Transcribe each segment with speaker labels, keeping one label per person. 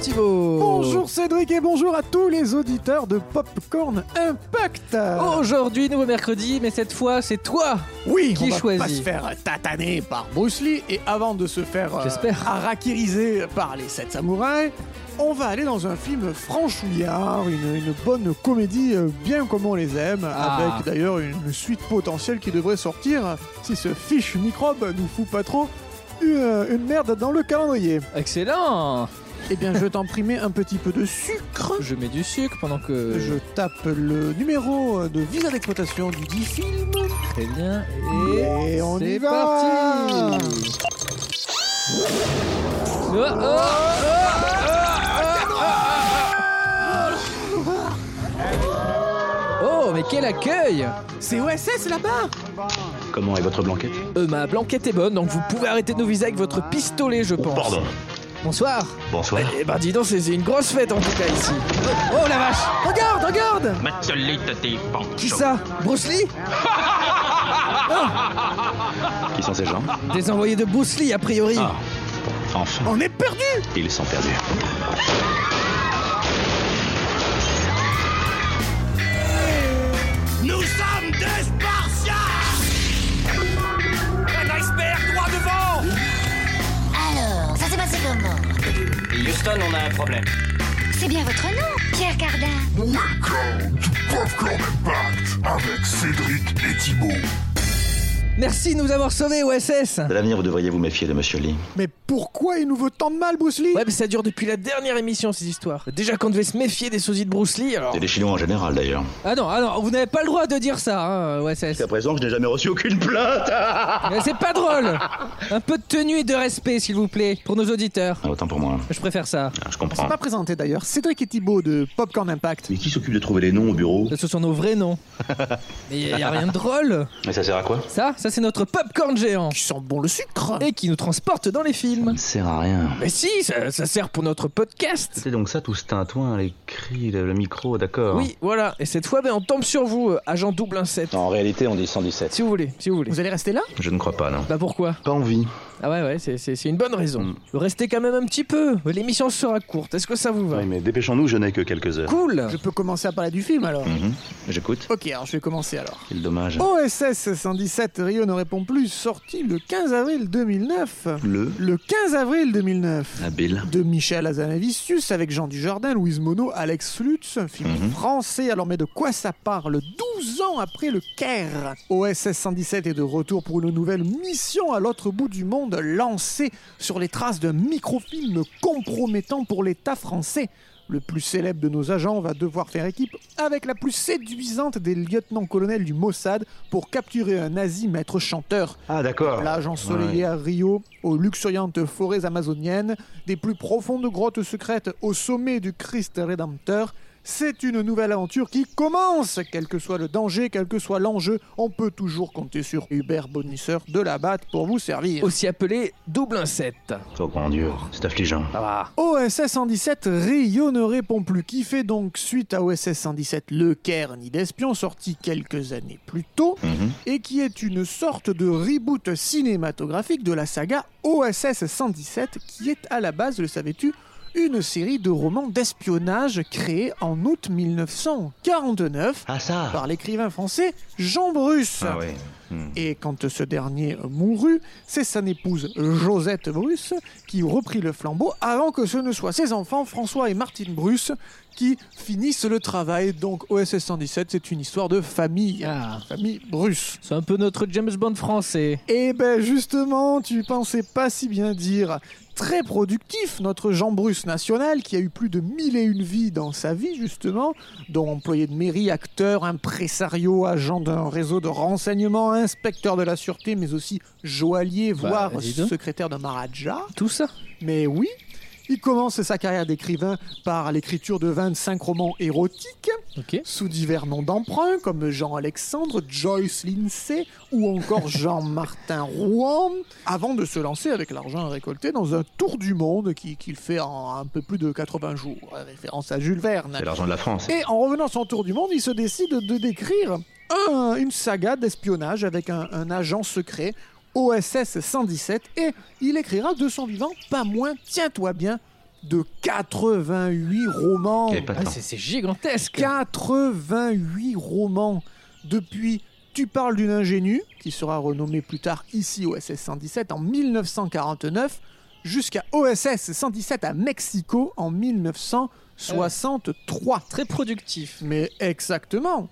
Speaker 1: Thibault.
Speaker 2: Bonjour Cédric et bonjour à tous les auditeurs de Popcorn Impact.
Speaker 1: Aujourd'hui, nouveau mercredi, mais cette fois, c'est toi
Speaker 2: oui,
Speaker 1: qui
Speaker 2: on va
Speaker 1: choisit
Speaker 2: pas se faire tataner par Bruce Lee et avant de se faire euh,
Speaker 1: J'espère.
Speaker 2: harakiriser par les sept samouraïs, on va aller dans un film franchouillard, une, une bonne comédie euh, bien comme on les aime,
Speaker 1: Ah.
Speaker 2: avec d'ailleurs une suite potentielle qui devrait sortir si ce fiche microbe nous fout pas trop une, une merde dans le calendrier.
Speaker 1: Excellent
Speaker 2: Eh bien, je vais t'imprimer un petit peu de sucre.
Speaker 1: Je mets du sucre pendant que
Speaker 2: Je tape le numéro euh, de visa d'exploitation du dit film.
Speaker 1: Très bien. Et,
Speaker 2: Et on
Speaker 1: c'est
Speaker 2: y va.
Speaker 1: parti Oh, oh, oh, oh, oh, oh. Oh, mais quel accueil
Speaker 2: C'est OSS là-bas
Speaker 3: Comment est votre blanquette
Speaker 1: Euh, Ma blanquette est bonne, donc vous pouvez arrêter de nous viser avec votre pistolet, je pense.
Speaker 3: Pardon.
Speaker 1: Bonsoir
Speaker 3: Bonsoir.
Speaker 1: Eh ben dis donc, c'est c'est une grosse fête en tout cas ici. Oh la vache Regarde, regarde
Speaker 3: Matolite tes panchos.
Speaker 1: Qui ça Bruce Lee
Speaker 3: Qui sont ces gens
Speaker 1: Des envoyés de Bruce Lee, a priori.
Speaker 3: Ah, enfin,
Speaker 2: On est perdu
Speaker 3: ils sont perdus.
Speaker 4: Nous sommes des Spartiates Un iceberg droit devant
Speaker 5: Alors, ça s'est passé comment
Speaker 4: Houston, on a un problème.
Speaker 5: C'est bien votre nom, Pierre Cardin.
Speaker 6: Welcome to Popcorn Impact avec Cédric et Thibault.
Speaker 1: Merci de nous avoir sauvés, OSS
Speaker 3: À l'avenir, vous devriez vous méfier de Monsieur Lee.
Speaker 2: Mais pourquoi il nous veut tant de mal, Bruce Lee
Speaker 1: Ouais, mais ça dure depuis la dernière émission, ces histoires. Déjà qu'on devait se méfier des sosies de Bruce Lee, alors...
Speaker 3: Et des Chinois en général, d'ailleurs.
Speaker 1: Ah non, ah non, vous n'avez pas le droit de dire ça, hein, OSS.
Speaker 3: Jusqu'à présent, je n'ai jamais reçu aucune plainte. Ah,
Speaker 1: Mais C'est pas drôle Un peu de tenue et de respect, s'il vous plaît, pour nos auditeurs.
Speaker 3: Ah, Autant pour moi.
Speaker 1: Je préfère ça.
Speaker 3: Ah, Je
Speaker 2: C'est
Speaker 3: comprends.
Speaker 2: pas présenté d'ailleurs. Cédric et Thibault de Popcorn Impact.
Speaker 3: Mais qui s'occupe de trouver les noms au bureau
Speaker 1: Ce sont nos vrais noms. Mais y a- y a rien de drôle
Speaker 3: Mais ça sert à quoi
Speaker 1: Ça, ça c'est notre popcorn géant
Speaker 2: Qui sent bon le sucre
Speaker 1: et qui nous transporte dans les films.
Speaker 3: Ça sert à rien.
Speaker 1: Mais si, ça, ça sert pour notre podcast.
Speaker 3: C'est donc ça, tout ce tintouin, les cris, le, le micro, d'accord
Speaker 1: Oui, voilà. Et cette fois, ben, on tombe sur vous, euh, agent double 17.
Speaker 3: En réalité, on dit 117.
Speaker 1: Si vous voulez, si vous voulez.
Speaker 2: Vous allez rester là
Speaker 3: Je ne crois pas, non.
Speaker 1: Bah pourquoi
Speaker 3: Pas envie.
Speaker 1: Ah ouais, ouais, c'est- c'est c'est une bonne raison. Restez quand même un petit peu. L'émission sera courte. Est-ce que ça vous va
Speaker 3: Oui, mais dépêchons-nous, je n'ai que quelques heures.
Speaker 1: Cool
Speaker 2: Je peux commencer à parler du film alors
Speaker 3: Mhm. J'écoute.
Speaker 2: Ok, alors je vais commencer alors.
Speaker 3: Quel dommage.
Speaker 2: OSS 117 Rio ne répond plus, sorti le 15 avril 2009.
Speaker 3: Le
Speaker 2: Le 15 avril 2009.
Speaker 3: Habile.
Speaker 2: de Michel Hazanavicius avec Jean Dujardin, Louise Monod, Alex Lutz, un film
Speaker 3: Mhm.
Speaker 2: français. Alors, mais de quoi ça parle 12 ans après le Caire OSS 117 est de retour pour une nouvelle mission à l'autre bout du monde, lancée sur les traces d'un microfilm compromettant pour l'État français. Le plus célèbre de nos agents va devoir faire équipe avec la plus séduisante des lieutenants-colonels du Mossad pour capturer un nazi maître-chanteur.
Speaker 3: Ah, d'accord.
Speaker 2: Plage ensoleillée à Rio, aux luxuriantes forêts amazoniennes, des plus profondes grottes secrètes au sommet du Christ Rédempteur, c'est une nouvelle aventure qui commence Quel que soit le danger, quel que soit l'enjeu, on peut toujours compter sur Hubert Bonisseur de la Batte pour vous servir.
Speaker 1: Aussi appelé double 17.
Speaker 3: Oh grand Dieu, c'est affligeant.
Speaker 2: OSS 117 Rio ne répond plus, qui fait donc suite à OSS 117 Le Caire ni d'espion, sorti quelques années plus tôt,
Speaker 3: Mhm.
Speaker 2: et qui est une sorte de reboot cinématographique de la saga OSS 117 qui est à la base, le savais-tu, une série de romans d'espionnage créés en août 1949
Speaker 3: Ah ça
Speaker 2: par l'écrivain français Jean Bruce.
Speaker 3: Ah oui.
Speaker 2: Et quand ce dernier mourut, c'est sa épouse Josette Bruce qui reprit le flambeau avant que ce ne soient ses enfants François et Martine Bruce qui finissent le travail. Donc OSS 117, c'est une histoire de famille. hein, Famille Bruce.
Speaker 1: C'est un peu notre James Bond français.
Speaker 2: Eh ben justement, tu pensais pas si bien dire. Très productif, notre Jean Bruce national, qui a eu plus de mille et une vies dans sa vie, justement, dont employé de mairie, acteur, impresario, agent d'un réseau de renseignement, inspecteur de la sûreté, mais aussi joaillier,
Speaker 1: Bah,
Speaker 2: voire
Speaker 1: dis donc.
Speaker 2: secrétaire d'un maradja.
Speaker 1: Tout ça
Speaker 2: Mais oui, il commence sa carrière d'écrivain par l'écriture de 25 romans érotiques,
Speaker 1: Ok.
Speaker 2: sous divers noms d'emprunt, comme Jean-Alexandre, Joyce Lindsay ou encore Jean-Martin Rouen, avant de se lancer avec l'argent récolté dans un tour du monde qui- qu'il fait en un peu plus de 80 jours, référence à Jules Verne.
Speaker 3: C'est l'argent de la France.
Speaker 2: Et en revenant sur son tour du monde, il se décide de décrire un- une saga d'espionnage avec un, un agent secret, OSS 117, et il écrira de son vivant pas moins, tiens-toi bien, de 88 romans.
Speaker 3: Il y avait pas de
Speaker 1: Ah,
Speaker 3: temps.
Speaker 1: c'est c'est gigantesque.
Speaker 2: 88 romans depuis Tu parles d'une ingénue, qui sera renommée plus tard ici OSS 117 en 1949, jusqu'à OSS 117 à Mexico en 1963.
Speaker 1: Très productif.
Speaker 2: Mais exactement.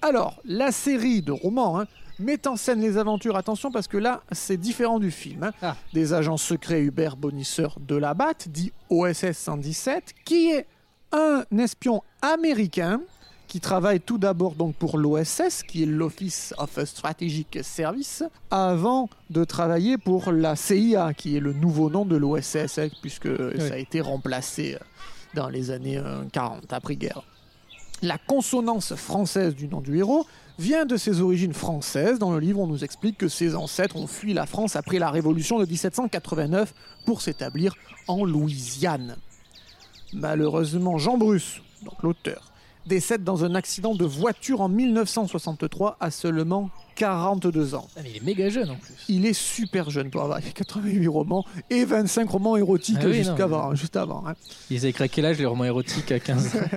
Speaker 2: Alors, la série de romans hein, met en scène les aventures. Attention, parce que là, c'est différent du film. hein.
Speaker 1: Ah.
Speaker 2: Des agents secrets Hubert Bonisseur de la Batte, dit OSS 117, qui est un espion américain qui travaille tout d'abord donc pour l'OSS, qui est l'Office of Strategic Service, avant de travailler pour la CIA, qui est le nouveau nom de l'OSS, hein, puisque ça a été remplacé euh, dans les années euh, 40, après-guerre. La consonance française du nom du héros vient de ses origines françaises. Dans le livre, on nous explique que ses ancêtres ont fui la France après la Révolution de 1789 pour s'établir en Louisiane. Malheureusement, Jean Bruce, donc l'auteur, décède dans un accident de voiture en 1963 à seulement 42 ans.
Speaker 1: Ah, mais il est méga jeune en plus.
Speaker 2: Il est super jeune pour avoir écrit 88 romans et 25 romans érotiques
Speaker 1: Ah oui,
Speaker 2: jusqu'avant,
Speaker 1: non,
Speaker 2: juste avant. hein.
Speaker 1: Ils avaient craqué l'âge, les romans érotiques à 15 ans.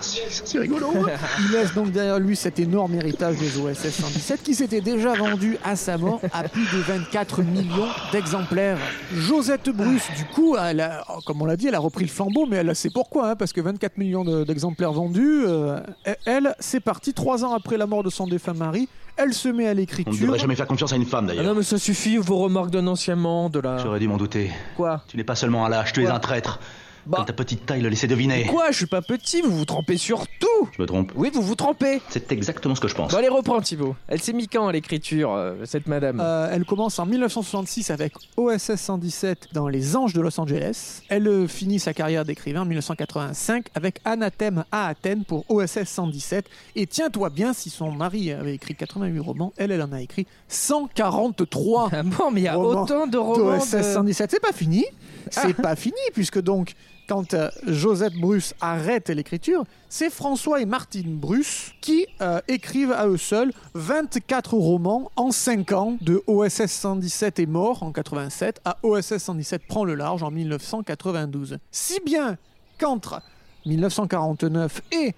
Speaker 2: C'est rigolo. hein Il laisse donc derrière lui cet énorme héritage des OSS 117 qui s'était déjà vendu à sa mort à plus de 24 millions d'exemplaires. Josette Bruce, du coup, elle a- oh, comme on l'a dit, elle a repris le flambeau, mais elle sait pourquoi, hein, parce que 24 millions de- d'exemplaires vendus, euh, elle, c'est parti trois ans après la mort de son défunt mari, elle se met à
Speaker 3: On ne
Speaker 2: l'écriture.
Speaker 3: devrait jamais faire confiance à une femme
Speaker 1: Ah
Speaker 3: d'ailleurs.
Speaker 1: non, mais ça suffit, vos remarques d'un anciennement, de la.
Speaker 3: J'aurais dû m'en douter.
Speaker 1: Quoi
Speaker 3: Tu n'es pas seulement un lâche, tu es
Speaker 1: Ah, Quoi
Speaker 3: un traître.
Speaker 1: Bah.
Speaker 3: Comme ta petite taille le laissait deviner.
Speaker 1: Quoi Je suis pas petit, vous vous trompez sur tout
Speaker 3: Je me trompe.
Speaker 1: Oui, vous vous trompez
Speaker 3: C'est exactement ce que je pense.
Speaker 1: Bon, allez, reprends Thibaut. Elle s'est mis quand à l'écriture, euh, cette madame
Speaker 2: Euh, elle commence en 1966 avec OSS 117 dans Les Anges de Los Angeles. Elle euh, finit sa carrière d'écrivain en 1985 avec Anathème à Athènes pour OSS 117. Et tiens-toi bien, si son mari avait écrit 88 romans, elle, elle en a écrit 143.
Speaker 1: Ah bon, mais il y a
Speaker 2: roman
Speaker 1: autant de Ah. romans.
Speaker 2: OSS
Speaker 1: De...
Speaker 2: 117, c'est pas fini. C'est pas fini, puisque donc, quand euh, Josette Bruce arrête l'écriture, c'est François et Martine Bruce qui euh, écrivent à eux seuls 24 romans en 5 ans, de OSS 117 est mort en 87 à OSS 117 prend le large en 1992. Si bien qu'entre 1949 et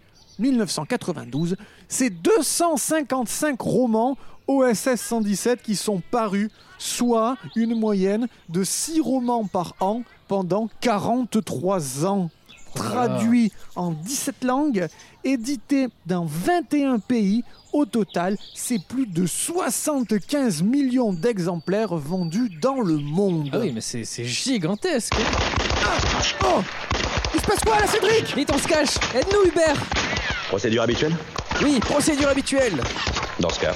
Speaker 2: 1992, c'est 255 romans OSS 117 qui sont parus, soit une moyenne de 6 romans par an pendant 43 ans. Traduits en 17 langues, édités dans 21 pays, au total, c'est plus de 75 millions d'exemplaires vendus dans le monde.
Speaker 1: Ah oui, mais c'est c'est gigantesque.
Speaker 2: Oh Il se passe quoi là,
Speaker 1: Ah,
Speaker 2: Cédric
Speaker 1: Vite, on se cache Aide-nous, Hubert
Speaker 3: Procédure habituelle
Speaker 1: Oui, procédure habituelle
Speaker 3: Dans ce cas.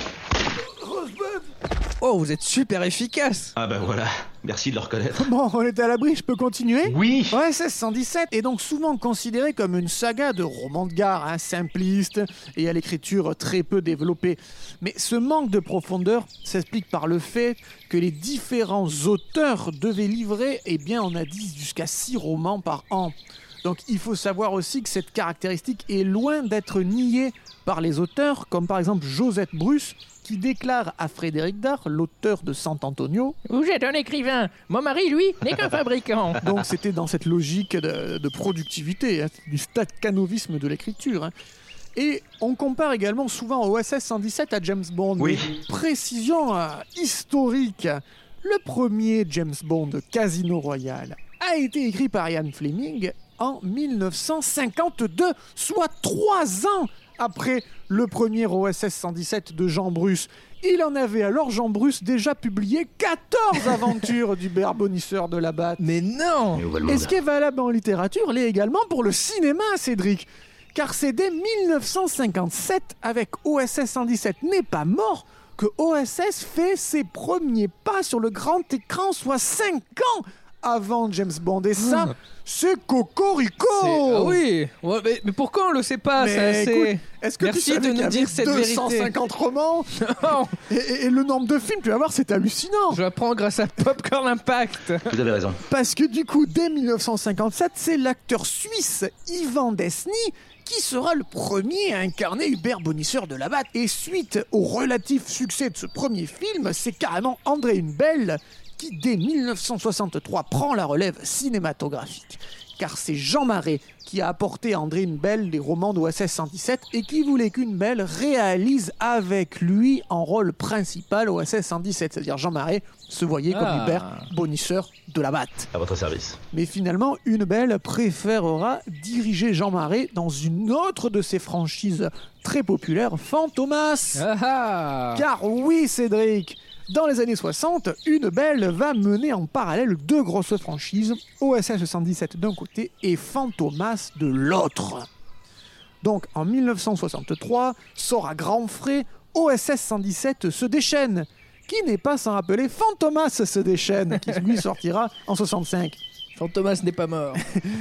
Speaker 1: Oh, vous êtes super efficace
Speaker 3: Ah bah voilà. Merci de le reconnaître.
Speaker 2: Bon, on est à l'abri, je peux continuer
Speaker 3: Oui
Speaker 2: OSS 117 est donc souvent considéré comme une saga de romans de gare, hein, simpliste et à l'écriture très peu développée. Mais ce manque de profondeur s'explique par le fait que les différents auteurs devaient livrer, eh bien on a dit, jusqu'à 6 romans par an. Donc il faut savoir aussi que cette caractéristique est loin d'être niée par les auteurs, comme par exemple Josette Bruce, qui déclare à Frédéric Dard, l'auteur de Sant'Antonio,
Speaker 1: Vous êtes un écrivain Mon mari, lui, n'est qu'un fabricant
Speaker 2: donc c'était dans cette logique de, de productivité, hein, du canovisme de l'écriture. hein. Et on compare également souvent OSS 117 à James Bond.
Speaker 3: Oui.
Speaker 2: Mais Précision euh, historique. hein. Le premier James Bond, Casino Royale, a été écrit par Ian Fleming en 1952, soit trois ans après le premier OSS 117 de Jean Bruce. Il en avait alors, Jean Bruce, déjà publié 14 aventures du bonisseur de la batte.
Speaker 1: Mais non
Speaker 3: Mais où va le
Speaker 2: Et
Speaker 3: monde
Speaker 2: ce qui est valable en littérature l'est également pour le cinéma, Cédric. Car c'est dès 1957, avec OSS 117 n'est pas mort, que OSS fait ses premiers pas sur le grand écran, soit 5 ans avant James Bond. Et
Speaker 1: Hmm.
Speaker 2: ça, c'est cocorico
Speaker 1: C'est- ah oui Ouais, mais, mais pourquoi on le sait pas
Speaker 2: Mais
Speaker 1: ça, c'est-
Speaker 2: écoute, Est-ce que
Speaker 1: Merci
Speaker 2: tu
Speaker 1: de
Speaker 2: savais
Speaker 1: nous
Speaker 2: qu'il y avait
Speaker 1: dire cette vérité.
Speaker 2: 250 romans
Speaker 1: Non,
Speaker 2: et, et- et le nombre de films, tu vas voir, c'est hallucinant.
Speaker 1: je l'apprends grâce à Popcorn Impact.
Speaker 3: Vous avez raison.
Speaker 2: Parce que du coup, dès 1957, c'est l'acteur suisse Ivan Desny qui sera le premier à incarner Hubert Bonisseur de la Batte. Et suite au relatif succès de ce premier film, c'est carrément André Hunebelle qui, dès 1963, prend la relève cinématographique. Car c'est Jean Marais qui a apporté à André Hunebelle les romans d'OSS 117 et qui voulait qu'Hunebelle réalise avec lui en rôle principal OSS 117. C'est-à-dire Jean Marais se voyait comme
Speaker 1: Ah.
Speaker 2: Hubert bonisseur de la batte.
Speaker 3: À votre service.
Speaker 2: Mais finalement, une belle préférera diriger Jean Marais dans une autre de ses franchises très populaires, Fantomas.
Speaker 1: Ah ah.
Speaker 2: Car oui, Cédric, dans les années 60, une belle va mener en parallèle deux grosses franchises, OSS 117 d'un côté et Fantomas de l'autre. Donc en 1963, sort à grands frais OSS 117 se déchaîne, qui n'est pas sans rappeler Fantomas se déchaîne, qui lui sortira en 65.
Speaker 1: Fantomas n'est pas mort.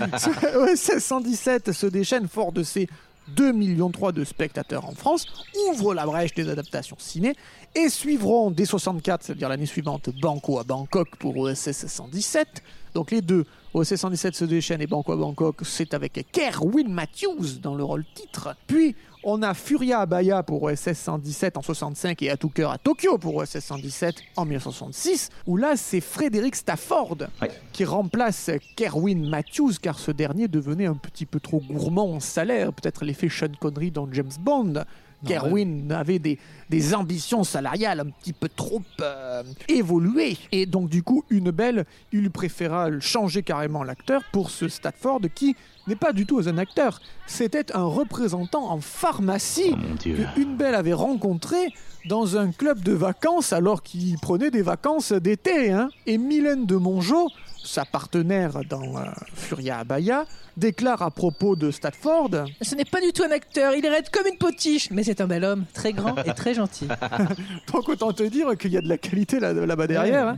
Speaker 2: OSS 117 se déchaîne fort de ses 2,3 millions de spectateurs en France, ouvre la brèche des adaptations ciné et suivront dès 64, c'est-à-dire l'année suivante, Banco à Bangkok pour OSS 117. Donc les deux, OSS 117 se déchaîne et Banco à Bangkok, c'est avec Kerwin Matthews dans le rôle titre. Puis on a Furia Abaya pour OSS 117 en 65 et à tout cœur à Tokyo pour OSS 117 en 1966, où là c'est Frédéric Stafford
Speaker 3: Ouais.
Speaker 2: qui remplace Kerwin Matthews car ce dernier devenait un petit peu trop gourmand en salaire, peut-être l'effet Sean Connery dans James Bond. Kerwin avait des, des ambitions salariales un petit peu trop euh, évoluées. Et donc, du coup, une belle, il lui préféra changer carrément l'acteur pour ce Stafford qui n'est pas du tout un acteur. C'était un représentant en pharmacie
Speaker 3: Oh mon dieu.
Speaker 2: que une belle avait rencontré dans un club de vacances alors qu'il prenait des vacances d'été. hein. Et Mylène de Mongeau, sa partenaire dans euh, Furia Abaya, déclare à propos de Stafford
Speaker 1: Ce n'est pas du tout un acteur, il est raide comme une potiche, mais c'est un bel homme, très grand et très gentil.
Speaker 2: Donc autant te dire qu'il y a de la qualité là- là-bas derrière. hein.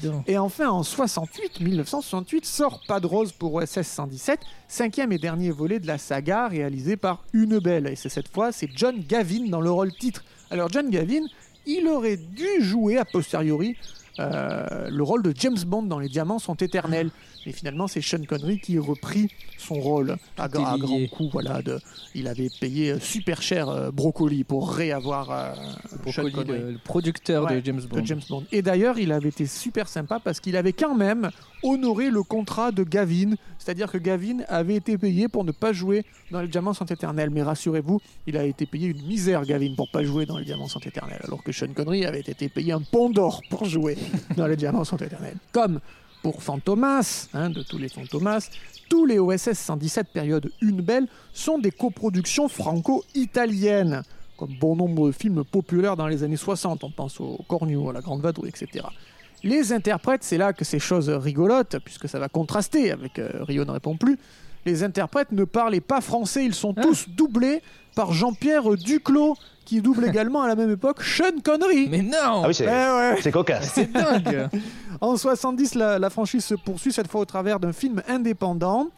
Speaker 1: Dis donc.
Speaker 2: Et enfin, en 68, 1968, sort Pas de rose pour OSS 117, cinquième et dernier volet de la saga réalisé par Une Belle. Et c'est cette fois, c'est John Gavin dans le rôle titre. Alors, John Gavin, il aurait dû jouer a posteriori euh, le rôle de James Bond dans Les Diamants sont éternels. Mais finalement, c'est Sean Connery qui reprit son rôle à,
Speaker 1: Tout est
Speaker 2: à
Speaker 1: lié.
Speaker 2: grand coup. Voilà, de, il avait payé euh, super cher euh, Brocoli pour réavoir euh, Sean
Speaker 1: Brocoli,
Speaker 2: Connery.
Speaker 1: le, le producteur
Speaker 2: Ouais,
Speaker 1: de James Bond.
Speaker 2: De James Bond. Et d'ailleurs, il avait été super sympa parce qu'il avait quand même honoré le contrat de Gavin. C'est-à-dire que Gavin avait été payé pour ne pas jouer dans Les Diamants sont éternels. Mais rassurez-vous, il a été payé une misère, Gavin, pour pas jouer dans Les Diamants sont éternels. Alors que Sean Connery avait été payé un pont d'or pour jouer dans Les Diamants sont éternels. Comme pour Fantomas, hein, de tous les Fantomas, tous les OSS 117 période une belle sont des coproductions franco-italiennes, comme bon nombre de films populaires dans les années 60, on pense au Cornio, à la Grande Vadrouille, etc. Les interprètes, c'est là que ces choses rigolotes, puisque ça va contraster avec euh, Rio ne répond plus, les interprètes ne parlaient pas français, ils sont tous doublés par Jean-Pierre Duclos, qui double également à la même époque Sean Connery.
Speaker 1: Mais non
Speaker 3: Ah oui, c'est
Speaker 2: Eh ouais.
Speaker 3: c'est cocasse.
Speaker 1: C'est dingue
Speaker 2: En 70, la, la franchise se poursuit cette fois au travers d'un film indépendant.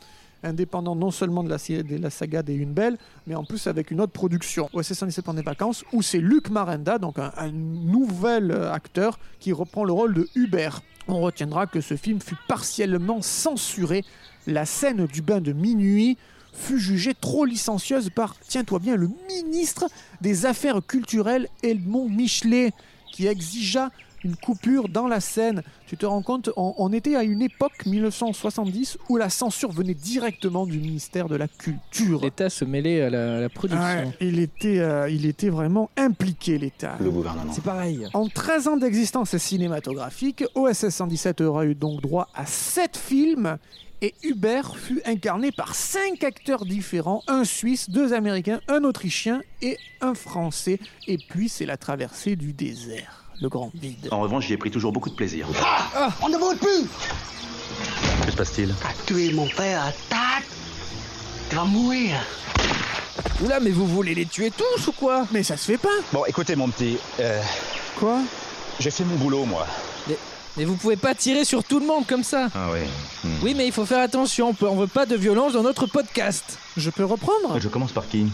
Speaker 2: Indépendant non seulement de la, série- de la saga des Une Belle, mais en plus avec une autre production, OSS 117 pendant les vacances, où c'est Luc Marinda, donc un, un nouvel euh, acteur, qui reprend le rôle de Hubert. On retiendra que ce film fut partiellement censuré. La scène du bain de minuit fut jugée trop licencieuse par, tiens-toi bien, le ministre des Affaires culturelles Edmond Michelet, qui exigea une coupure dans la scène. Tu te rends compte, on, on était à une époque 1970 où la censure venait directement du ministère de la Culture.
Speaker 1: L'État se mêlait à la, à la production.
Speaker 2: Ouais, il, était, euh, il était vraiment impliqué, l'État.
Speaker 3: Le gouvernement.
Speaker 1: C'est pareil.
Speaker 2: En 13 ans d'existence cinématographique, OSS 117 aura eu donc droit à 7 films et Hubert fut incarné par 5 acteurs différents, un Suisse, deux Américains, un Autrichien et un Français. Et puis c'est la traversée du désert, le grand vide.
Speaker 3: En revanche, j'y ai pris toujours beaucoup de plaisir.
Speaker 7: Ah. On ne vote plus
Speaker 3: Que se passe-t-il
Speaker 7: T'as tué mon père, tac Tu vas mourir
Speaker 1: Oula, mais vous voulez les tuer tous ou quoi
Speaker 2: Mais ça se fait pas
Speaker 8: Bon, écoutez, mon petit, euh,
Speaker 2: Quoi
Speaker 8: j'ai fait mon boulot, moi.
Speaker 1: Mais vous pouvez pas tirer sur tout le monde comme ça
Speaker 3: Ah oui. Hmm.
Speaker 1: Oui, mais il faut faire attention, on peut- on veut pas de violence dans notre podcast
Speaker 2: Je peux reprendre
Speaker 3: Je commence par qui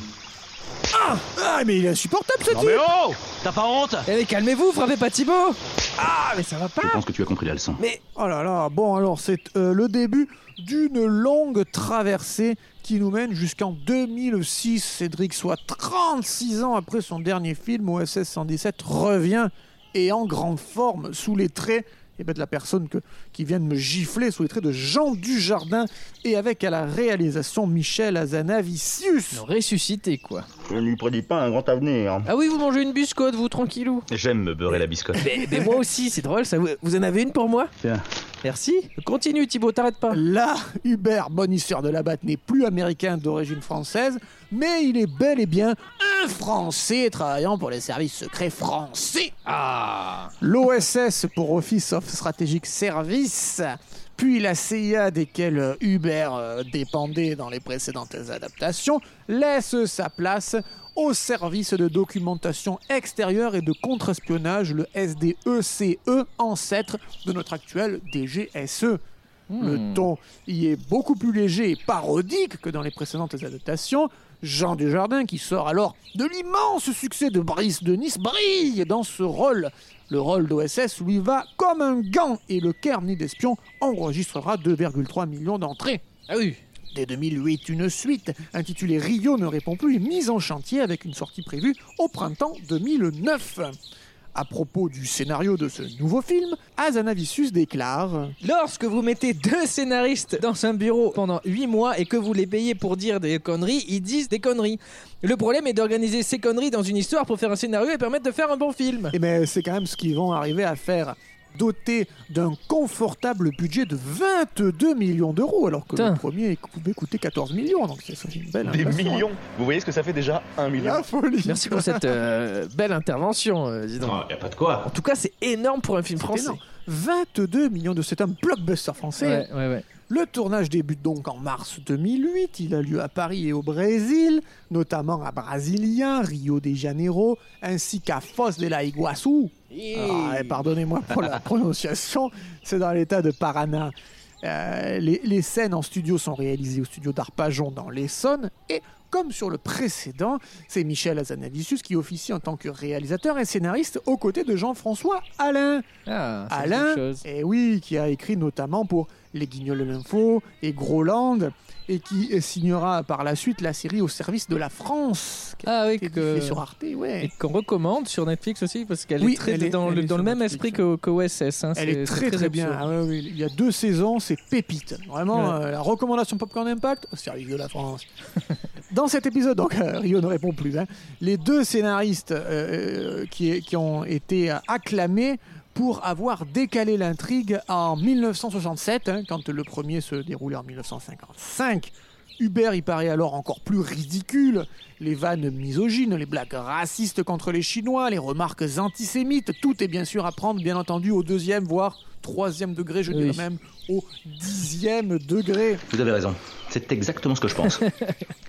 Speaker 2: Ah Ah, mais il est insupportable ce
Speaker 7: Non
Speaker 2: type
Speaker 7: mais oh T'as pas honte
Speaker 1: Eh mais calmez-vous, frappez pas Thibaut Ah, mais ça va
Speaker 3: Je
Speaker 1: pas
Speaker 3: pense que tu as compris la leçon.
Speaker 1: Mais
Speaker 2: Oh là là, bon alors c'est euh, le début d'une longue traversée qui nous mène jusqu'en 2006. Cédric, soit 36 ans après son dernier film, OSS 117 revient et en grande forme sous les traits eh ben, de la personne que- qui vient de me gifler, sous les traits de Jean Dujardin et avec à la réalisation Michel Azanavicius.
Speaker 1: non, ressuscité quoi.
Speaker 9: Je ne lui prédis pas un grand avenir.
Speaker 3: hein.
Speaker 1: Ah oui, vous mangez une biscotte, vous tranquillou.
Speaker 3: J'aime me beurrer la biscotte.
Speaker 1: Mais, mais moi aussi, c'est drôle ça. Vous, vous en avez une pour moi
Speaker 3: Tiens.
Speaker 1: Merci. Continue Thibaut, t'arrêtes pas.
Speaker 2: Là, Hubert Bonisseur de Labatte n'est plus américain d'origine française, mais il est bel et bien un Français travaillant pour les services secrets français. L'OSS pour Office of Strategic Service, puis la CIA desquelles euh, Hubert euh, dépendait dans les précédentes adaptations, laisse sa place au service de documentation extérieure et de contre-espionnage, le SDECE, E, ancêtre de notre actuel DGSE.
Speaker 1: Hmm.
Speaker 2: Le ton y est beaucoup plus léger et parodique que dans les précédentes adaptations. Jean Desjardins, qui sort alors de l'immense succès de Brice de Nice, brille dans ce rôle. Le rôle d'OSS lui va comme un gant et le Kerni d'espion enregistrera 2,3 millions d'entrées.
Speaker 1: Ah oui.
Speaker 2: Dès 2008, une suite intitulée Rio ne répond plus est mise en chantier avec une sortie prévue au printemps 2009. À propos du scénario de ce nouveau film, Azanavicius déclare
Speaker 1: Lorsque vous mettez deux scénaristes dans un bureau pendant 8 mois et que vous les payez pour dire des conneries, ils disent des conneries. Le problème est d'organiser ces conneries dans une histoire pour faire un scénario et permettre de faire un bon film.
Speaker 2: Et mais Eh ben, c'est quand même ce qu'ils vont arriver à faire. Doté d'un confortable budget de 22 millions d'euros, alors que
Speaker 1: Putain.
Speaker 2: le premier pouvait coûter 14 millions. Donc c'est c'est une belle
Speaker 8: Des
Speaker 2: inflation,
Speaker 8: millions Vous voyez ce que ça fait déjà Un
Speaker 2: hein.
Speaker 8: million
Speaker 2: La folie.
Speaker 1: Merci pour cette euh, belle intervention, euh, dis donc.
Speaker 3: Non, y a pas de quoi.
Speaker 1: En tout cas, c'est énorme pour un film
Speaker 2: C'était
Speaker 1: français.
Speaker 2: énorme. 22 millions de cet homme blockbuster français.
Speaker 1: Ouais, ouais, ouais.
Speaker 2: Le tournage débute donc en mars 2008. Il a lieu à Paris et au Brésil, notamment à Brasilia, Rio de Janeiro, ainsi qu'à Foz de la Iguaçu. Ah, et Pardonnez-moi pour la prononciation, c'est dans l'état de Paraná. Euh, les, les scènes en studio sont réalisées au studio d'Arpajon dans l'Essonne et comme sur le précédent, c'est Michel Azanavicius qui officie en tant que réalisateur et scénariste aux côtés de Jean-François Alain.
Speaker 1: Ah, ça, c'est
Speaker 2: Alain,
Speaker 1: autre chose.
Speaker 2: eh oui, qui a écrit notamment pour Les Guignols de l'Info et Groland, et qui signera par la suite la série au service de la France, qui a
Speaker 1: Ah oui,
Speaker 2: été
Speaker 1: que-
Speaker 2: diffusée sur Arte, ouais.
Speaker 1: et qu'on recommande sur Netflix aussi parce qu'elle
Speaker 2: Oui,
Speaker 1: est très
Speaker 2: elle est-
Speaker 1: dans,
Speaker 2: elle
Speaker 1: le,
Speaker 2: est
Speaker 1: dans le
Speaker 2: sur
Speaker 1: même
Speaker 2: Netflix,
Speaker 1: esprit que qu'OSS. hein,
Speaker 2: Elle
Speaker 1: c'est-
Speaker 2: est
Speaker 1: c'est
Speaker 2: très très, bien.
Speaker 1: absurde.
Speaker 2: Ah ouais, ouais, il y a deux saisons, c'est pépite. Vraiment,
Speaker 1: Ouais.
Speaker 2: euh, la recommandation Popcorn Impact, au service de la France. Dans cet épisode, donc euh, Rio ne répond plus. hein, les deux scénaristes euh, qui, qui ont été euh, acclamés pour avoir décalé l'intrigue en 1967, hein, quand le premier se déroulait en 1955. Hubert y paraît alors encore plus ridicule. Les vannes misogynes, les blagues racistes contre les Chinois, les remarques antisémites, tout est bien sûr à prendre, bien entendu, au deuxième, voire troisième degré, je
Speaker 1: Oui.
Speaker 2: dirais même au dixième degré.
Speaker 3: Vous avez raison. C'est exactement ce que je pense.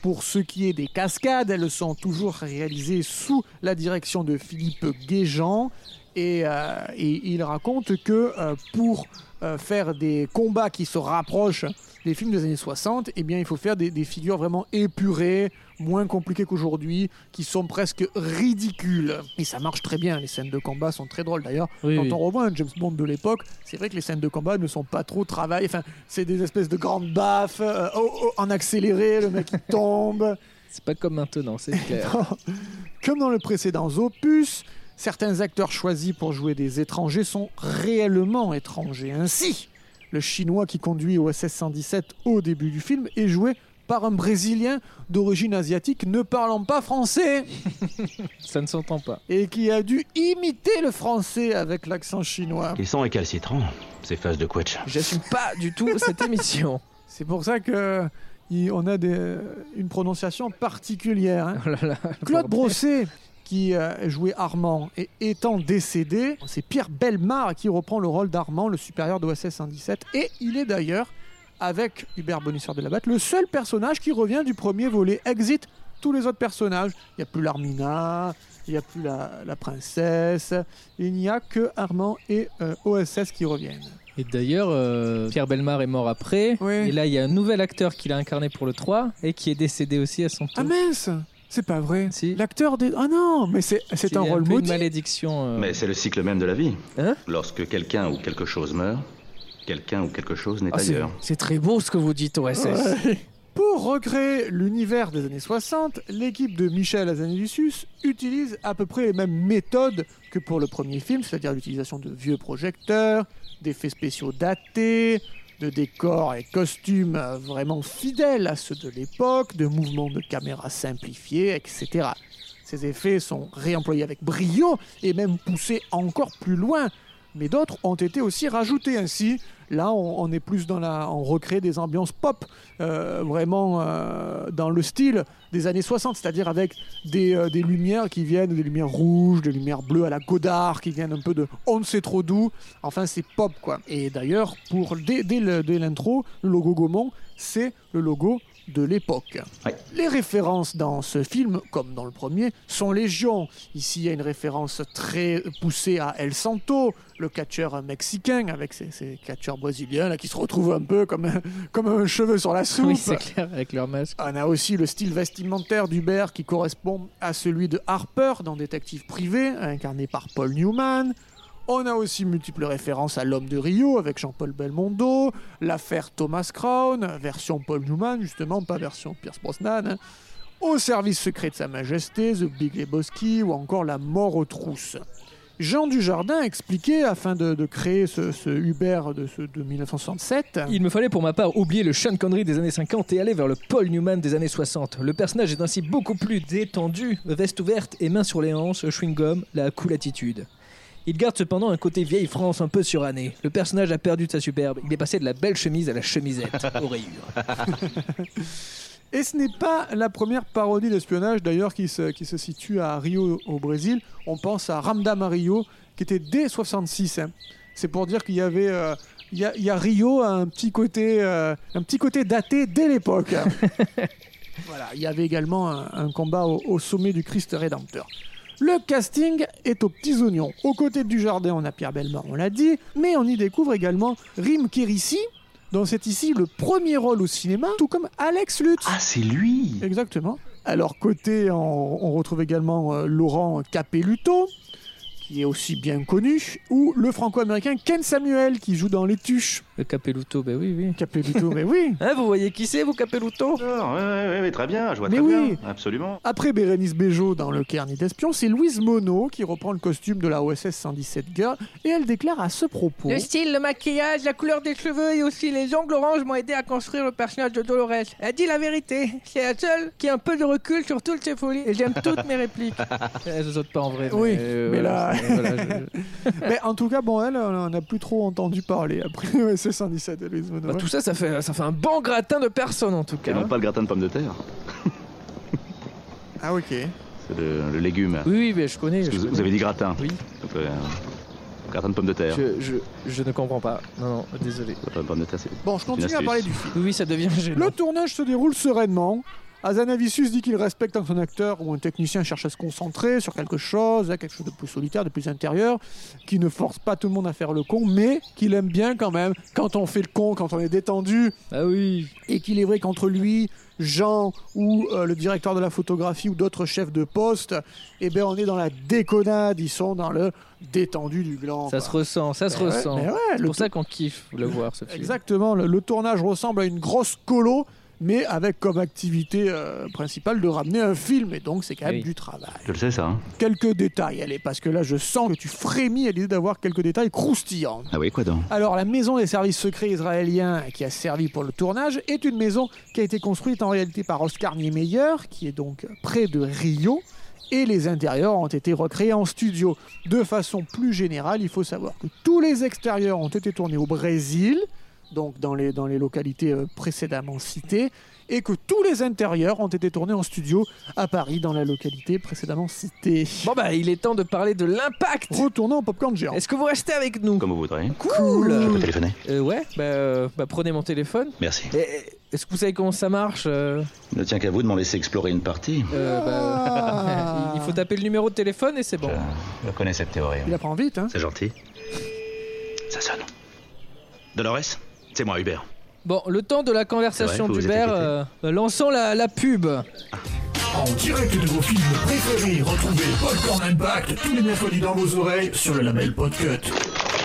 Speaker 2: Pour ce qui est des cascades, elles sont toujours réalisées sous la direction de Philippe Guéjean. Et, euh, et il raconte que euh, pour euh, faire des combats qui se rapprochent des films des années 60, eh bien, il faut faire des, des figures vraiment épurées, moins compliquées qu'aujourd'hui, qui sont presque ridicules. Et ça marche très bien, les scènes de combat sont très drôles d'ailleurs.
Speaker 1: Oui,
Speaker 2: Quand
Speaker 1: oui.
Speaker 2: on revoit un James Bond de l'époque, c'est vrai que les scènes de combat ne sont pas trop travaillées. Enfin, c'est des espèces de grandes baffes, euh, oh, oh, en accéléré, le mec qui tombe.
Speaker 1: C'est pas comme maintenant, c'est clair.
Speaker 2: Comme dans le précédent opus, certains acteurs choisis pour jouer des étrangers sont réellement étrangers. Ainsi, le chinois qui conduit au SS-117 au début du film est joué par un Brésilien d'origine asiatique ne parlant pas français
Speaker 1: ça ne s'entend pas.
Speaker 2: et qui a dû imiter le français avec l'accent chinois.
Speaker 3: Et sans récalcitrant, c'est phase de quetch.
Speaker 1: J'assume pas du tout cette émission.
Speaker 2: C'est pour ça que il- on a des- une prononciation particulière. hein.
Speaker 1: Oh là là, le
Speaker 2: Claude
Speaker 1: bordel.
Speaker 2: Brosset qui euh, jouait Armand et étant décédé, c'est Pierre Belmar qui reprend le rôle d'Armand, le supérieur de OSS 117. Et il est d'ailleurs, avec Hubert Bonisseur de Labatte, le seul personnage qui revient du premier volet Exit. Tous les autres personnages, il n'y a plus l'Armina, il n'y a plus la, la princesse, il n'y a que Armand et euh, OSS qui reviennent.
Speaker 1: Et d'ailleurs, euh, Pierre Belmar est mort après.
Speaker 2: Oui.
Speaker 1: Et là, il y a un nouvel acteur qui l'a incarné pour le 3 et qui est décédé aussi à son tour.
Speaker 2: Ah mince C'est pas vrai.
Speaker 1: Si.
Speaker 2: L'acteur des. Ah non, mais c'est c'est
Speaker 1: Il
Speaker 2: un
Speaker 1: y a
Speaker 2: rôle
Speaker 1: peu une
Speaker 2: maudit.
Speaker 1: malédiction. euh.
Speaker 3: Mais c'est le cycle même de la vie.
Speaker 1: Hein
Speaker 3: Lorsque quelqu'un ou quelque chose meurt, quelqu'un ou quelque chose n'est
Speaker 1: Ah, c'est-
Speaker 3: ailleurs.
Speaker 1: c'est très beau ce que vous dites, OSS.
Speaker 2: Pour recréer l'univers des années 60, l'équipe de Michel Hazanavicius utilise à peu près les mêmes méthodes que pour le premier film, c'est-à-dire l'utilisation de vieux projecteurs, d'effets spéciaux datés, de décors et costumes euh, vraiment fidèles à ceux de l'époque, de mouvements de caméra simplifiés, etc. Ces effets sont réemployés avec brio et même poussés encore plus loin. Mais d'autres ont été aussi rajoutés ainsi. Là, on, on est plus dans la, on recrée des ambiances pop, euh, vraiment euh, dans le style des années 60, c'est-à-dire avec des, euh, des lumières qui viennent, des lumières rouges, des lumières bleues à la Godard, qui viennent un peu de on ne sait trop d'où. Enfin, c'est pop quoi. Et d'ailleurs, pour dès, dès le- dès l'intro, le logo Gaumont, c'est le logo de l'époque.
Speaker 3: Ouais.
Speaker 2: Les références dans ce film, comme dans le premier, sont légion. Ici, il y a une référence très poussée à El Santo, le catcheur mexicain, avec ses, ses catcheurs brésiliens là, qui se retrouvent un peu comme, un- comme un cheveu sur la soupe.
Speaker 1: oui, c'est clair, avec leur masque.
Speaker 2: On a aussi le style vestimentaire d'Hubert qui correspond à celui de Harper dans Détective privé, incarné par Paul Newman. On a aussi multiples références à L'homme de Rio avec Jean-Paul Belmondo, l'affaire Thomas Crown, version Paul Newman justement, pas version Pierce Brosnan. hein. Au service secret de Sa Majesté, The Big Lebowski ou encore La mort aux trousses. Jean Dujardin expliquait, afin de, de créer ce, ce Hubert de, ce- de 1967,
Speaker 1: Il me fallait pour ma part oublier le Sean Connery des années 50 et aller vers le Paul Newman des années 60. Le personnage est ainsi beaucoup plus détendu, veste ouverte et main sur les hanches, chewing-gum, la cool attitude. Il garde cependant un côté vieille France un peu suranné. Le personnage a perdu de sa superbe. Il est passé de la belle chemise à la chemisette, aux rayures.
Speaker 2: Et ce n'est pas la première parodie d'espionnage d'ailleurs qui se, qui se situe à Rio au Brésil. On pense à Ramdam à Rio qui était dès 66. hein. C'est pour dire qu'il y avait... euh, il y, a, il y a Rio a un petit côté, euh, un petit côté daté dès l'époque. voilà, il y avait également un, un combat au, au sommet du Christ rédempteur. Le casting est aux petits oignons. Aux côtés du jardin, on a Pierre Bellemare, on l'a dit, mais on y découvre également Rim Kérissi, dont c'est ici le premier rôle au cinéma, tout comme Alex Lutz.
Speaker 3: Ah, c'est lui
Speaker 2: Exactement. Alors côté, on, on retrouve également euh, Laurent Capelluto, qui est aussi bien connu, ou le franco-américain Ken Samuel, qui joue dans Les Tuches.
Speaker 1: Le Capelluto, ben oui, oui.
Speaker 2: Capelluto, mais oui
Speaker 1: Hein, vous voyez qui c'est, vous, Capelluto
Speaker 3: D'accord, Ah, ouais, ouais, ouais, ouais, très bien, je vois
Speaker 2: Mais
Speaker 3: très
Speaker 2: oui.
Speaker 3: bien. Absolument.
Speaker 2: Après Bérénice Bejo dans Le Carnet d'espions, c'est Louise Monod qui reprend le costume de la OSS 117 Girl, et elle déclare à ce propos...
Speaker 1: style, le maquillage, la couleur des cheveux et aussi les ongles orange m'ont aidé à construire le personnage de Dolores. Elle dit la vérité. C'est la seule qui a un peu de recul sur toutes ses folies et j'aime toutes mes répliques. Eh, Je saute pas en vrai.
Speaker 2: Oui,
Speaker 1: euh,
Speaker 2: mais
Speaker 1: voilà,
Speaker 2: là-
Speaker 1: c'est- voilà, je-
Speaker 2: Mais en tout cas, bon, elle, on n'a plus trop entendu parler après l'OSS 117 de Louise Monod.
Speaker 1: Bah, tout ça, ça fait, ça fait un bon gratin de personnes en tout
Speaker 3: Et
Speaker 1: cas.
Speaker 3: non pas le gratin de pommes de terre,
Speaker 2: Ah ok.
Speaker 3: c'est le, le légume.
Speaker 1: Oui, oui, mais je connais. je
Speaker 3: Vous,
Speaker 1: connais.
Speaker 3: vous avez dit gratin.
Speaker 1: Oui.
Speaker 3: Donc, euh, gratin de pommes de terre.
Speaker 1: Je, je, je ne comprends pas. Non, non, désolé.
Speaker 3: Gratin de pommes de terre, c'est-
Speaker 2: Bon, je continue à
Speaker 3: astuce.
Speaker 2: parler du film.
Speaker 1: Oui, oui, ça devient gênant.
Speaker 2: Le tournage se déroule sereinement. Azanavicius dit qu'il respecte quand un acteur ou un technicien cherche à se concentrer sur quelque chose, à quelque chose de plus solitaire, de plus intérieur, qui ne force pas tout le monde à faire le con, mais qu'il aime bien quand même quand on fait le con, quand on est détendu,
Speaker 1: Ah oui.
Speaker 2: et qu'il est vrai qu'entre lui, Jean ou euh, le directeur de la photographie ou d'autres chefs de poste, eh ben on est dans la déconnade, ils sont dans le détendu du gland.
Speaker 1: Ça
Speaker 2: quoi.
Speaker 1: se ressent, ça se
Speaker 2: Ouais,
Speaker 1: ressent.
Speaker 2: mais ouais,
Speaker 1: C'est
Speaker 2: le
Speaker 1: pour ça qu'on kiffe le voir, ce film.
Speaker 2: Exactement, le, le tournage ressemble à une grosse colo, mais avec comme activité euh, principale de ramener un film, et donc c'est quand même
Speaker 1: Eh Oui.
Speaker 2: du travail.
Speaker 3: Je le sais, ça. hein.
Speaker 2: Quelques détails, allez, parce que là je sens que tu frémis à l'idée d'avoir quelques détails croustillants.
Speaker 3: Ah oui, quoi donc
Speaker 2: Alors, la maison des services secrets israéliens qui a servi pour le tournage est une maison qui a été construite en réalité par Oscar Niemeyer, qui est donc près de Rio, et les intérieurs ont été recréés en studio. De façon plus générale, il faut savoir que tous les extérieurs ont été tournés au Brésil, donc dans les, dans les localités euh, précédemment citées, et que tous les intérieurs ont été tournés en studio à Paris, dans la localité précédemment citée.
Speaker 1: Bon, bah, il est temps de parler de l'impact.
Speaker 2: Retournons au popcorn géant.
Speaker 1: Est-ce que vous restez avec nous
Speaker 3: Comme vous voudrez. Je
Speaker 1: Cool
Speaker 3: peux téléphoner
Speaker 1: Euh, Ouais, bah, euh, bah, prenez mon téléphone.
Speaker 3: Merci.
Speaker 1: Et, euh, Est-ce que vous savez comment ça marche euh,
Speaker 3: Il ne tient qu'à vous de m'en laisser explorer une partie.
Speaker 1: euh, bah,
Speaker 2: Ah.
Speaker 1: Il faut taper le numéro de téléphone et c'est bon.
Speaker 3: Je, je connais cette théorie.
Speaker 2: Il apprend vite, hein
Speaker 3: C'est gentil. Ça sonne. Dolores C'est moi, Hubert.
Speaker 1: Bon, le temps de la conversation euh,
Speaker 3: C'est vrai, faut vous
Speaker 1: d'Hubert,
Speaker 3: étiqueter.
Speaker 1: euh, lançons la, la pub.
Speaker 10: En direct de vos films préférés, retrouvez Popcorn Impact tous les mercredis dans vos oreilles sur le label Podcut.
Speaker 2: Eh,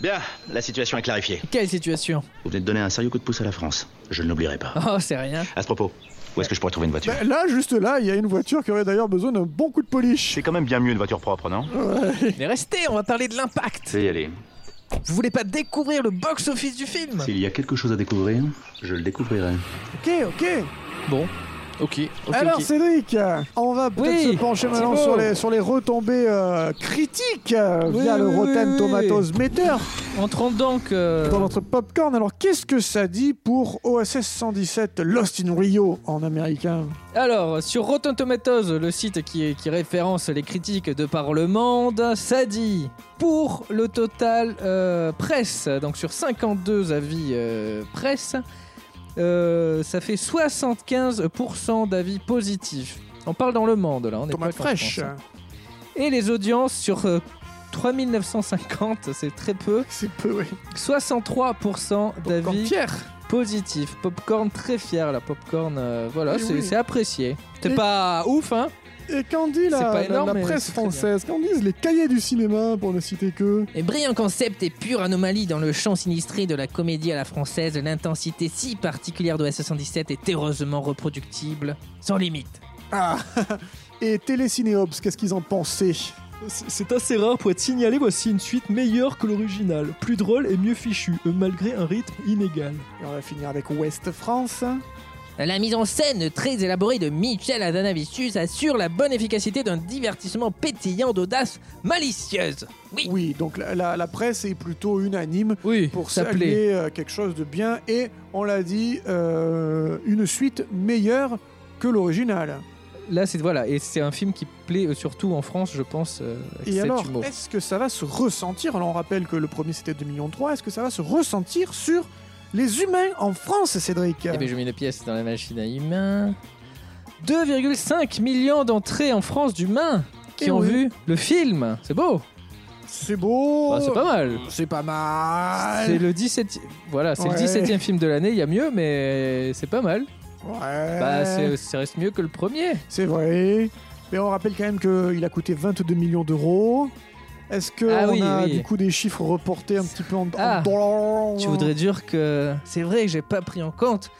Speaker 3: Bien, la situation est clarifiée.
Speaker 1: Quelle situation
Speaker 3: Vous venez de donner un sérieux coup de pouce à la France. Je ne l'oublierai pas.
Speaker 1: Oh, c'est rien.
Speaker 3: À ce propos, où est-ce que je pourrais trouver une voiture
Speaker 2: Ben, là, juste là, il y a une voiture qui aurait d'ailleurs besoin d'un bon coup de polish.
Speaker 3: C'est quand même bien mieux une voiture propre, non
Speaker 1: Mais restez, on va parler de l'impact.
Speaker 3: C'est y aller.
Speaker 1: Vous voulez pas découvrir le box-office du film
Speaker 3: S'il y a quelque chose à découvrir, je le découvrirai.
Speaker 2: Ok, ok.
Speaker 1: Bon, ok. ok,
Speaker 2: Alors
Speaker 1: ok.
Speaker 2: Cédric, on va peut-être
Speaker 1: Oui,
Speaker 2: se pencher maintenant
Speaker 1: Thibaut.
Speaker 2: sur les, sur les retombées euh, critiques euh,
Speaker 1: Oui,
Speaker 2: via le
Speaker 1: oui,
Speaker 2: Rotten
Speaker 1: oui,
Speaker 2: Tomatoes Meter
Speaker 1: Entrons donc. euh,
Speaker 2: dans notre popcorn. Alors qu'est-ce que ça dit pour OSS 117 Lost in Rio en américain
Speaker 1: Alors, sur Rotten Tomatoes, le site qui, qui référence les critiques de par le monde, ça dit pour le total euh, presse, donc sur 52 avis euh, presse, euh, ça fait 75% d'avis positifs. On parle dans le monde là, on est
Speaker 2: Tomate
Speaker 1: pas qu'en
Speaker 2: fraîche.
Speaker 1: France, hein. Et les audiences sur euh, 3950, c'est très peu,
Speaker 2: C'est peu, oui.
Speaker 1: 63%
Speaker 2: Popcorn
Speaker 1: d'avis
Speaker 2: Pierre.
Speaker 1: positif. Popcorn très fier, la popcorn, euh, voilà,
Speaker 2: Eh
Speaker 1: c'est
Speaker 2: oui.
Speaker 1: c'est apprécié. C'est
Speaker 2: Et-
Speaker 1: pas ouf, hein
Speaker 2: Et qu'en dit la,
Speaker 1: C'est pas
Speaker 2: la-
Speaker 1: énorme,
Speaker 2: la
Speaker 1: mais
Speaker 2: presse
Speaker 1: c'est très bien.
Speaker 2: française Qu'en disent les cahiers du cinéma, pour ne citer que
Speaker 1: Et brillant concept et pure anomalie dans le champ sinistré de la comédie à la française, l'intensité si particulière de S77 est heureusement reproductible, sans limite.
Speaker 2: Ah Et Télécinéops, qu'est-ce qu'ils en pensaient
Speaker 11: C'est assez rare pour être signalé, voici une suite meilleure que l'original, plus drôle et mieux fichue, malgré un rythme inégal.
Speaker 2: Et on va finir avec Ouest France.
Speaker 1: La mise en scène très élaborée de Michel Adanavicius assure la bonne efficacité d'un divertissement pétillant d'audace malicieuse. Oui,
Speaker 2: Oui, donc la, la- la presse est plutôt unanime
Speaker 1: oui,
Speaker 2: pour saluer euh, quelque chose de bien et, on l'a dit, euh, une suite meilleure que l'original.
Speaker 1: Là, c'est voilà, et c'est un film qui plaît euh, surtout en France, je pense. euh, avec
Speaker 2: Et
Speaker 1: cet
Speaker 2: alors,
Speaker 1: humour.
Speaker 2: est-ce que ça va se ressentir Alors on rappelle que le premier c'était 2,3 millions, est-ce que ça va se ressentir sur les humains en France, Cédric
Speaker 1: Eh bien, je mets une pièce dans la machine à humains. 2,5 millions d'entrées en France d'humains qui
Speaker 2: Eh
Speaker 1: ont
Speaker 2: oui.
Speaker 1: vu le film. C'est beau.
Speaker 2: C'est beau
Speaker 1: Enfin, Bah, c'est pas mal.
Speaker 2: C'est pas mal
Speaker 1: C'est le 17 voilà, c'est
Speaker 2: Ah. Ouais.
Speaker 1: le 17e film de l'année, il y a mieux mais c'est pas mal.
Speaker 2: Ouais.
Speaker 1: Bah c'est- ça reste mieux que le premier.
Speaker 2: C'est vrai. Mais on rappelle quand même qu'il a coûté 22 millions d'euros. Est-ce que
Speaker 1: Ah
Speaker 2: on
Speaker 1: oui,
Speaker 2: a
Speaker 1: oui.
Speaker 2: du coup des chiffres reportés un petit peu en, en
Speaker 1: Ah.
Speaker 2: dollars
Speaker 1: Tu voudrais dire que c'est vrai que j'ai pas pris en compte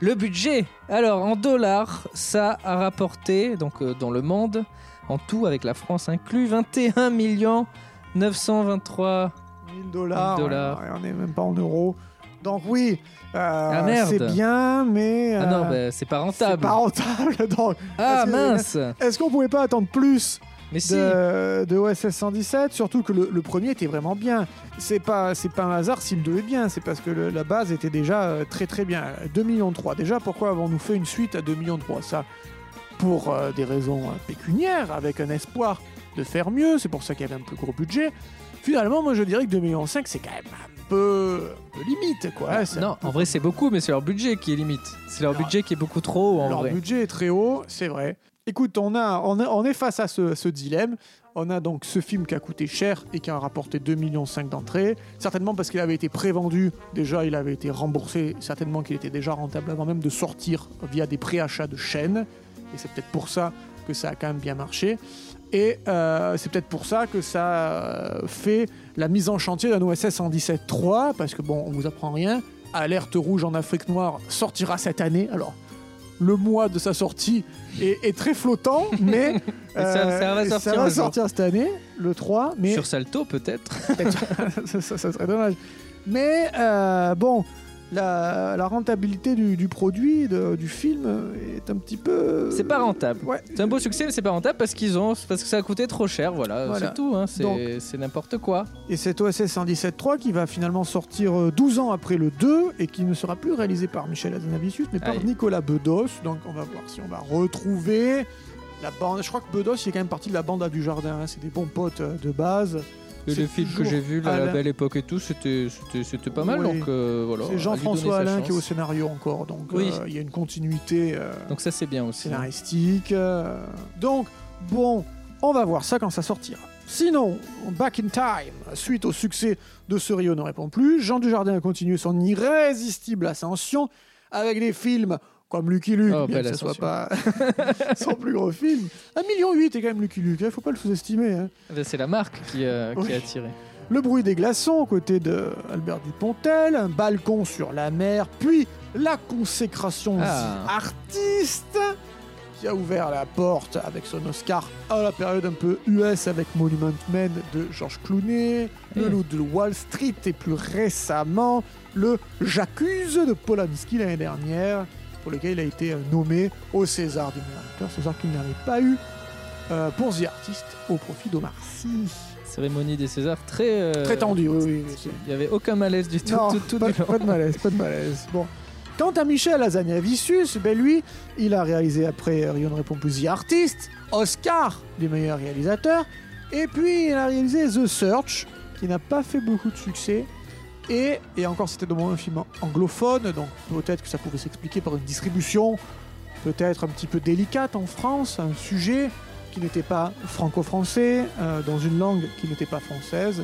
Speaker 1: le budget. Alors en dollars, ça a rapporté donc euh, dans le monde en tout avec la France inclus 21 millions 923
Speaker 2: 1000 dollars.
Speaker 1: 1000 dollars.
Speaker 2: Ouais, on n'est même pas en euros. Donc oui, euh,
Speaker 1: Ah, merde.
Speaker 2: c'est bien, mais
Speaker 1: Ah non,
Speaker 2: euh,
Speaker 1: bah, c'est pas
Speaker 2: c'est
Speaker 1: rentable.
Speaker 2: pas rentable. Donc,
Speaker 1: Ah
Speaker 2: Parce que-
Speaker 1: mince
Speaker 2: est-ce qu'on pouvait pas attendre plus
Speaker 1: Mais si
Speaker 2: de, de OSS 117 Surtout que le, le premier était vraiment bien. C'est pas, c'est pas un hasard s'il devait bien. C'est parce que le- la base était déjà euh, très très bien. 2 millions 3. Déjà, pourquoi avons-nous fait une suite à 2 millions 3 Ça, pour euh, des raisons euh, pécuniaires, avec un espoir de faire mieux. C'est pour ça qu'il y avait un plus gros budget. Finalement, moi je dirais que 2 millions 5, c'est quand même un peu, un peu limite, quoi. C'est un
Speaker 1: Non,
Speaker 2: peu-
Speaker 1: en vrai c'est beaucoup, mais c'est leur budget qui est limite. C'est leur
Speaker 2: Leur-
Speaker 1: budget qui est beaucoup trop haut en
Speaker 2: Leur
Speaker 1: vrai.
Speaker 2: budget est très haut, c'est vrai. Écoute, on, a, on, a- on est face à ce, ce dilemme. On a donc ce film qui a coûté cher et qui a rapporté 2,5 millions d'entrées. Certainement parce qu'il avait été prévendu. Déjà, il avait été remboursé. Certainement qu'il était déjà rentable avant même de sortir via des préachats de chaînes. Et c'est peut-être pour ça que ça a quand même bien marché. Et euh, c'est peut-être pour ça que ça euh, fait la mise en chantier d'un OSS 117.3. Parce que bon, on vous apprend rien. Alerte rouge en Afrique noire sortira cette année. Alors, le mois de sa sortie est, est très flottant, mais euh,
Speaker 1: Ça- ça va sortir un jour.
Speaker 2: sortir cette année, le 3, mais
Speaker 1: Sur Salto peut-être
Speaker 2: ça, ça- ça serait dommage. Mais euh, bon, la, la rentabilité du, du produit, de- du film, est un petit peu...
Speaker 1: C'est pas rentable.
Speaker 2: Ouais.
Speaker 1: C'est un beau succès, mais c'est pas rentable parce qu'ils ont, parce que ça a coûté trop cher, voilà,
Speaker 2: Voilà.
Speaker 1: c'est tout, hein, c'est-
Speaker 2: Donc-
Speaker 1: c'est n'importe quoi.
Speaker 2: Et cet OSS 117.3 qui va finalement sortir euh, 12 ans après le 2 et qui ne sera plus réalisé par Michel Azanavicius mais par
Speaker 1: Aïe.
Speaker 2: Nicolas Bedos. Donc on va voir si on va retrouver la bande. Je crois que Bedos il est quand même parti de la bande à du jardin. C'est des bons potes euh, de base.
Speaker 1: Et
Speaker 2: C'est
Speaker 1: les films que
Speaker 2: toujours
Speaker 1: j'ai vus, la,
Speaker 2: Alain.
Speaker 1: belle époque et tout, c'était c'était- c'était pas mal,
Speaker 2: Oui.
Speaker 1: donc euh, voilà. à
Speaker 2: C'est
Speaker 1: lui
Speaker 2: Jean-François
Speaker 1: donner sa
Speaker 2: Alain qui est au
Speaker 1: chance.
Speaker 2: scénario encore. Donc
Speaker 1: Oui.
Speaker 2: euh, il y a une continuité. euh,
Speaker 1: Donc ça c'est bien aussi.
Speaker 2: scénaristique. euh, Donc, bon, on va voir ça quand ça sortira. Sinon, Back in Time, suite au succès de ce Rio ne répond plus, Jean Dujardin a continué son irrésistible ascension avec des films Comme Lucky Luke,
Speaker 1: Oh,
Speaker 2: bien
Speaker 1: belle
Speaker 2: que ce soit
Speaker 1: ascension.
Speaker 2: pas son plus gros film. 1,8 million est quand même Lucky Luke, il faut pas le sous-estimer. hein.
Speaker 1: Ben, C'est la marque qui, euh, qui
Speaker 2: Oui.
Speaker 1: a attiré.
Speaker 2: Le bruit des glaçons aux côtés de Albert Dupontel, un balcon sur la mer, puis la consécration
Speaker 1: Ah.
Speaker 2: The artiste qui a ouvert la porte avec son Oscar à la période un peu US avec Monument Men de George Clooney, le
Speaker 1: Eh.
Speaker 2: Loup de Wall Street et plus récemment le J'accuse de Polanski l'année dernière pour lequel il a été euh, nommé au César du meilleur acteur, César qu'il n'avait pas eu euh, pour The Artist au profit d'Omar Sy.
Speaker 1: Cérémonie des Césars très. euh,
Speaker 2: Très tendu, oui, oui, oui. c'est-
Speaker 1: Il n'y avait aucun malaise du tout.
Speaker 2: non,
Speaker 1: tout, tout
Speaker 2: pas,
Speaker 1: du long.
Speaker 2: pas de malaise, pas de malaise. Bon. Quant à Michel Azanavicius, ben lui, il a réalisé après Rion Repompousi Artiste, Oscar du meilleur réalisateur, et puis il a réalisé The Search, qui n'a pas fait beaucoup de succès, et, et encore c'était de moins un film anglophone, donc peut-être que ça pouvait s'expliquer par une distribution peut-être un petit peu délicate en France, un sujet qui n'était pas franco-français, euh, dans une langue qui n'était pas française,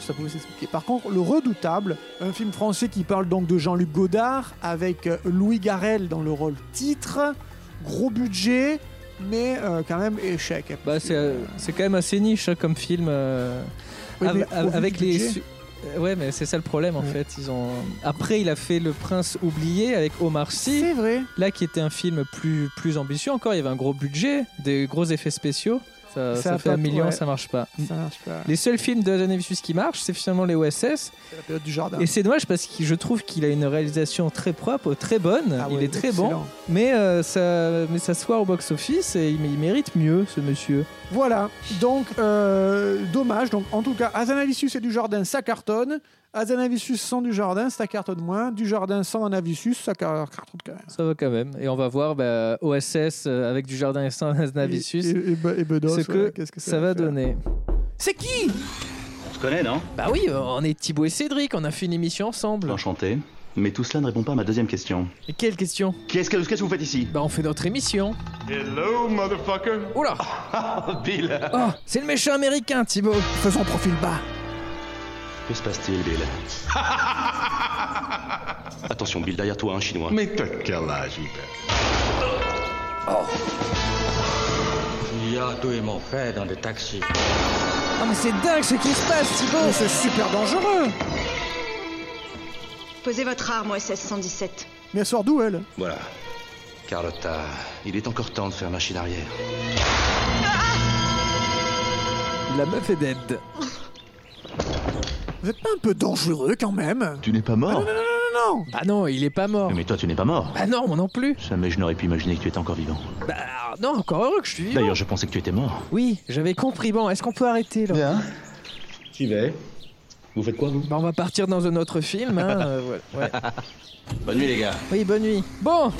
Speaker 2: ça pouvait s'expliquer. Par contre, Le Redoutable, un film français qui parle donc de Jean-Luc Godard, avec euh, Louis Garrel dans le rôle titre, gros budget, mais euh, quand même échec.
Speaker 1: Bah, c'est euh, c'est quand même assez niche hein, comme film. euh,
Speaker 2: Oui,
Speaker 1: av-
Speaker 2: mais
Speaker 1: av-
Speaker 2: au vu
Speaker 1: avec
Speaker 2: du
Speaker 1: les.
Speaker 2: budget.
Speaker 1: su- Euh, Ouais, mais c'est ça le problème en
Speaker 2: Ouais.
Speaker 1: fait. Ils ont... Après, il a fait Le Prince oublié avec Omar Sy.
Speaker 2: C'est vrai.
Speaker 1: Là, qui était un film plus, plus ambitieux encore, il y avait un gros budget, des gros effets spéciaux. Ça,
Speaker 2: Ça
Speaker 1: ça
Speaker 2: a
Speaker 1: fait
Speaker 2: pas-
Speaker 1: un million,
Speaker 2: ouais.
Speaker 1: ça marche pas.
Speaker 2: Ça marche pas.
Speaker 1: Les seuls films de Zanevicius qui marchent, c'est finalement les OSS.
Speaker 2: C'est la période du jardin.
Speaker 1: Et c'est dommage parce que je trouve qu'il a une réalisation très propre, très bonne.
Speaker 2: Ah
Speaker 1: il
Speaker 2: ouais,
Speaker 1: est très bon,
Speaker 2: excellent.
Speaker 1: mais, euh, ça, mais ça se voit au box-office et il, il mérite mieux, ce monsieur.
Speaker 2: Voilà, donc euh, dommage. Donc en tout cas, Azanavicius et Dujardin, ça cartonne. Azanavicius sans Dujardin, ça cartonne moins. Dujardin sans Anavicius, ça car- cartonne quand même.
Speaker 1: Ça va quand même. Et on va voir bah, OSS euh, avec du jardin et saint Navisus.
Speaker 2: Et, et, et Be- et Bedos,
Speaker 1: ce que,
Speaker 2: ouais, qu'est-ce que
Speaker 1: ça, va
Speaker 2: faire
Speaker 1: donner.
Speaker 2: C'est qui
Speaker 3: On se connaît, non
Speaker 1: Bah oui, on est Thibaut et Cédric, on a fait une émission ensemble.
Speaker 3: Enchanté. Mais tout cela ne répond pas à ma deuxième question.
Speaker 1: Et quelle question
Speaker 3: Qu'est-ce que, qu'est-ce que vous faites ici
Speaker 1: Bah on fait notre émission.
Speaker 3: Hello, motherfucker
Speaker 1: Oula
Speaker 3: Ah, Bill
Speaker 1: Oh, c'est le méchant américain, Thibaut
Speaker 2: Faisons profil bas.
Speaker 3: Que se passe-t-il, Bill Attention, Bill, derrière toi, un chinois.
Speaker 12: Mais t'as quel âge, Hubert
Speaker 4: Oh. Il y a deux et e mon frère dans le taxi.
Speaker 1: Oh, mais c'est dingue ce qui se passe, Thibaut
Speaker 2: C'est super dangereux.
Speaker 13: Posez votre arme au SS 117.
Speaker 2: Mais elle sort d'où elle
Speaker 3: Voilà. Carlotta, il est encore temps de faire machine arrière.
Speaker 1: La meuf est dead.
Speaker 2: Vous êtes pas un peu dangereux quand même
Speaker 3: Tu n'es pas
Speaker 2: Ah, non,
Speaker 3: mort
Speaker 2: non, non, non, non, non.
Speaker 1: Bah non, il est pas mort.
Speaker 3: Mais toi, tu n'es pas mort.
Speaker 1: Bah non, moi non plus.
Speaker 3: Jamais je n'aurais pu imaginer que tu étais encore vivant.
Speaker 1: Bah non, encore heureux que je suis vivant.
Speaker 3: D'ailleurs, je pensais que tu étais mort.
Speaker 1: Oui, j'avais compris. Bon, est-ce qu'on peut arrêter là
Speaker 9: Bien.
Speaker 3: J'y vais. Vous faites quoi, vous
Speaker 1: Bah on va partir dans un autre film. Hein. euh, ouais, ouais.
Speaker 3: Bonne nuit, les gars.
Speaker 1: Oui, bonne nuit. Bon,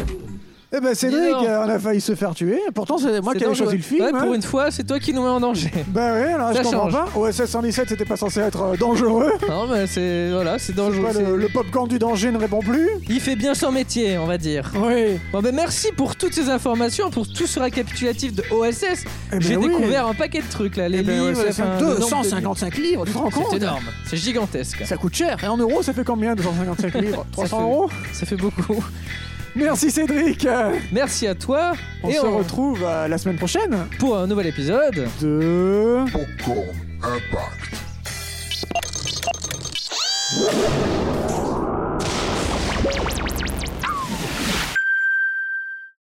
Speaker 2: Eh ben
Speaker 1: Dis
Speaker 2: Cédric,
Speaker 1: donc.
Speaker 2: euh, on a failli se faire tuer. Pourtant, c'est moi
Speaker 1: c'est
Speaker 2: qui avais
Speaker 1: dangereux.
Speaker 2: choisi le film.
Speaker 1: Ouais, Pour
Speaker 2: hein.
Speaker 1: une fois, c'est toi qui nous mets en danger.
Speaker 2: Ben ouais, alors
Speaker 1: Ça
Speaker 2: je comprends
Speaker 1: change.
Speaker 2: pas. OSS 117, c'était pas censé être euh, dangereux.
Speaker 1: non, mais c'est voilà, c'est dangereux.
Speaker 2: Pas
Speaker 1: c'est-
Speaker 2: le, le popcorn du danger ne répond plus. Eh
Speaker 1: Il fait bien son métier, on va dire.
Speaker 2: Oui.
Speaker 1: Bon ben merci pour toutes ces informations, pour tout ce récapitulatif de OSS.
Speaker 2: ben
Speaker 1: J'ai
Speaker 2: oui.
Speaker 1: découvert un paquet de trucs là, les
Speaker 2: Eh ben
Speaker 1: livres,
Speaker 2: ouais,
Speaker 1: enfin,
Speaker 2: c'est
Speaker 1: le nombre de-
Speaker 2: 255 livres, tu te rends compte
Speaker 1: C'est énorme, c'est gigantesque.
Speaker 2: Ça coûte cher. Et en euros, ça fait combien 255 livres 300
Speaker 1: fait-
Speaker 2: euros
Speaker 1: Ça fait beaucoup.
Speaker 2: Merci Cédric. Euh,
Speaker 1: Merci à toi
Speaker 2: On
Speaker 1: et
Speaker 2: se
Speaker 1: on
Speaker 2: retrouve euh, la semaine prochaine
Speaker 1: pour un nouvel épisode.
Speaker 2: de
Speaker 6: Popcorn Impact.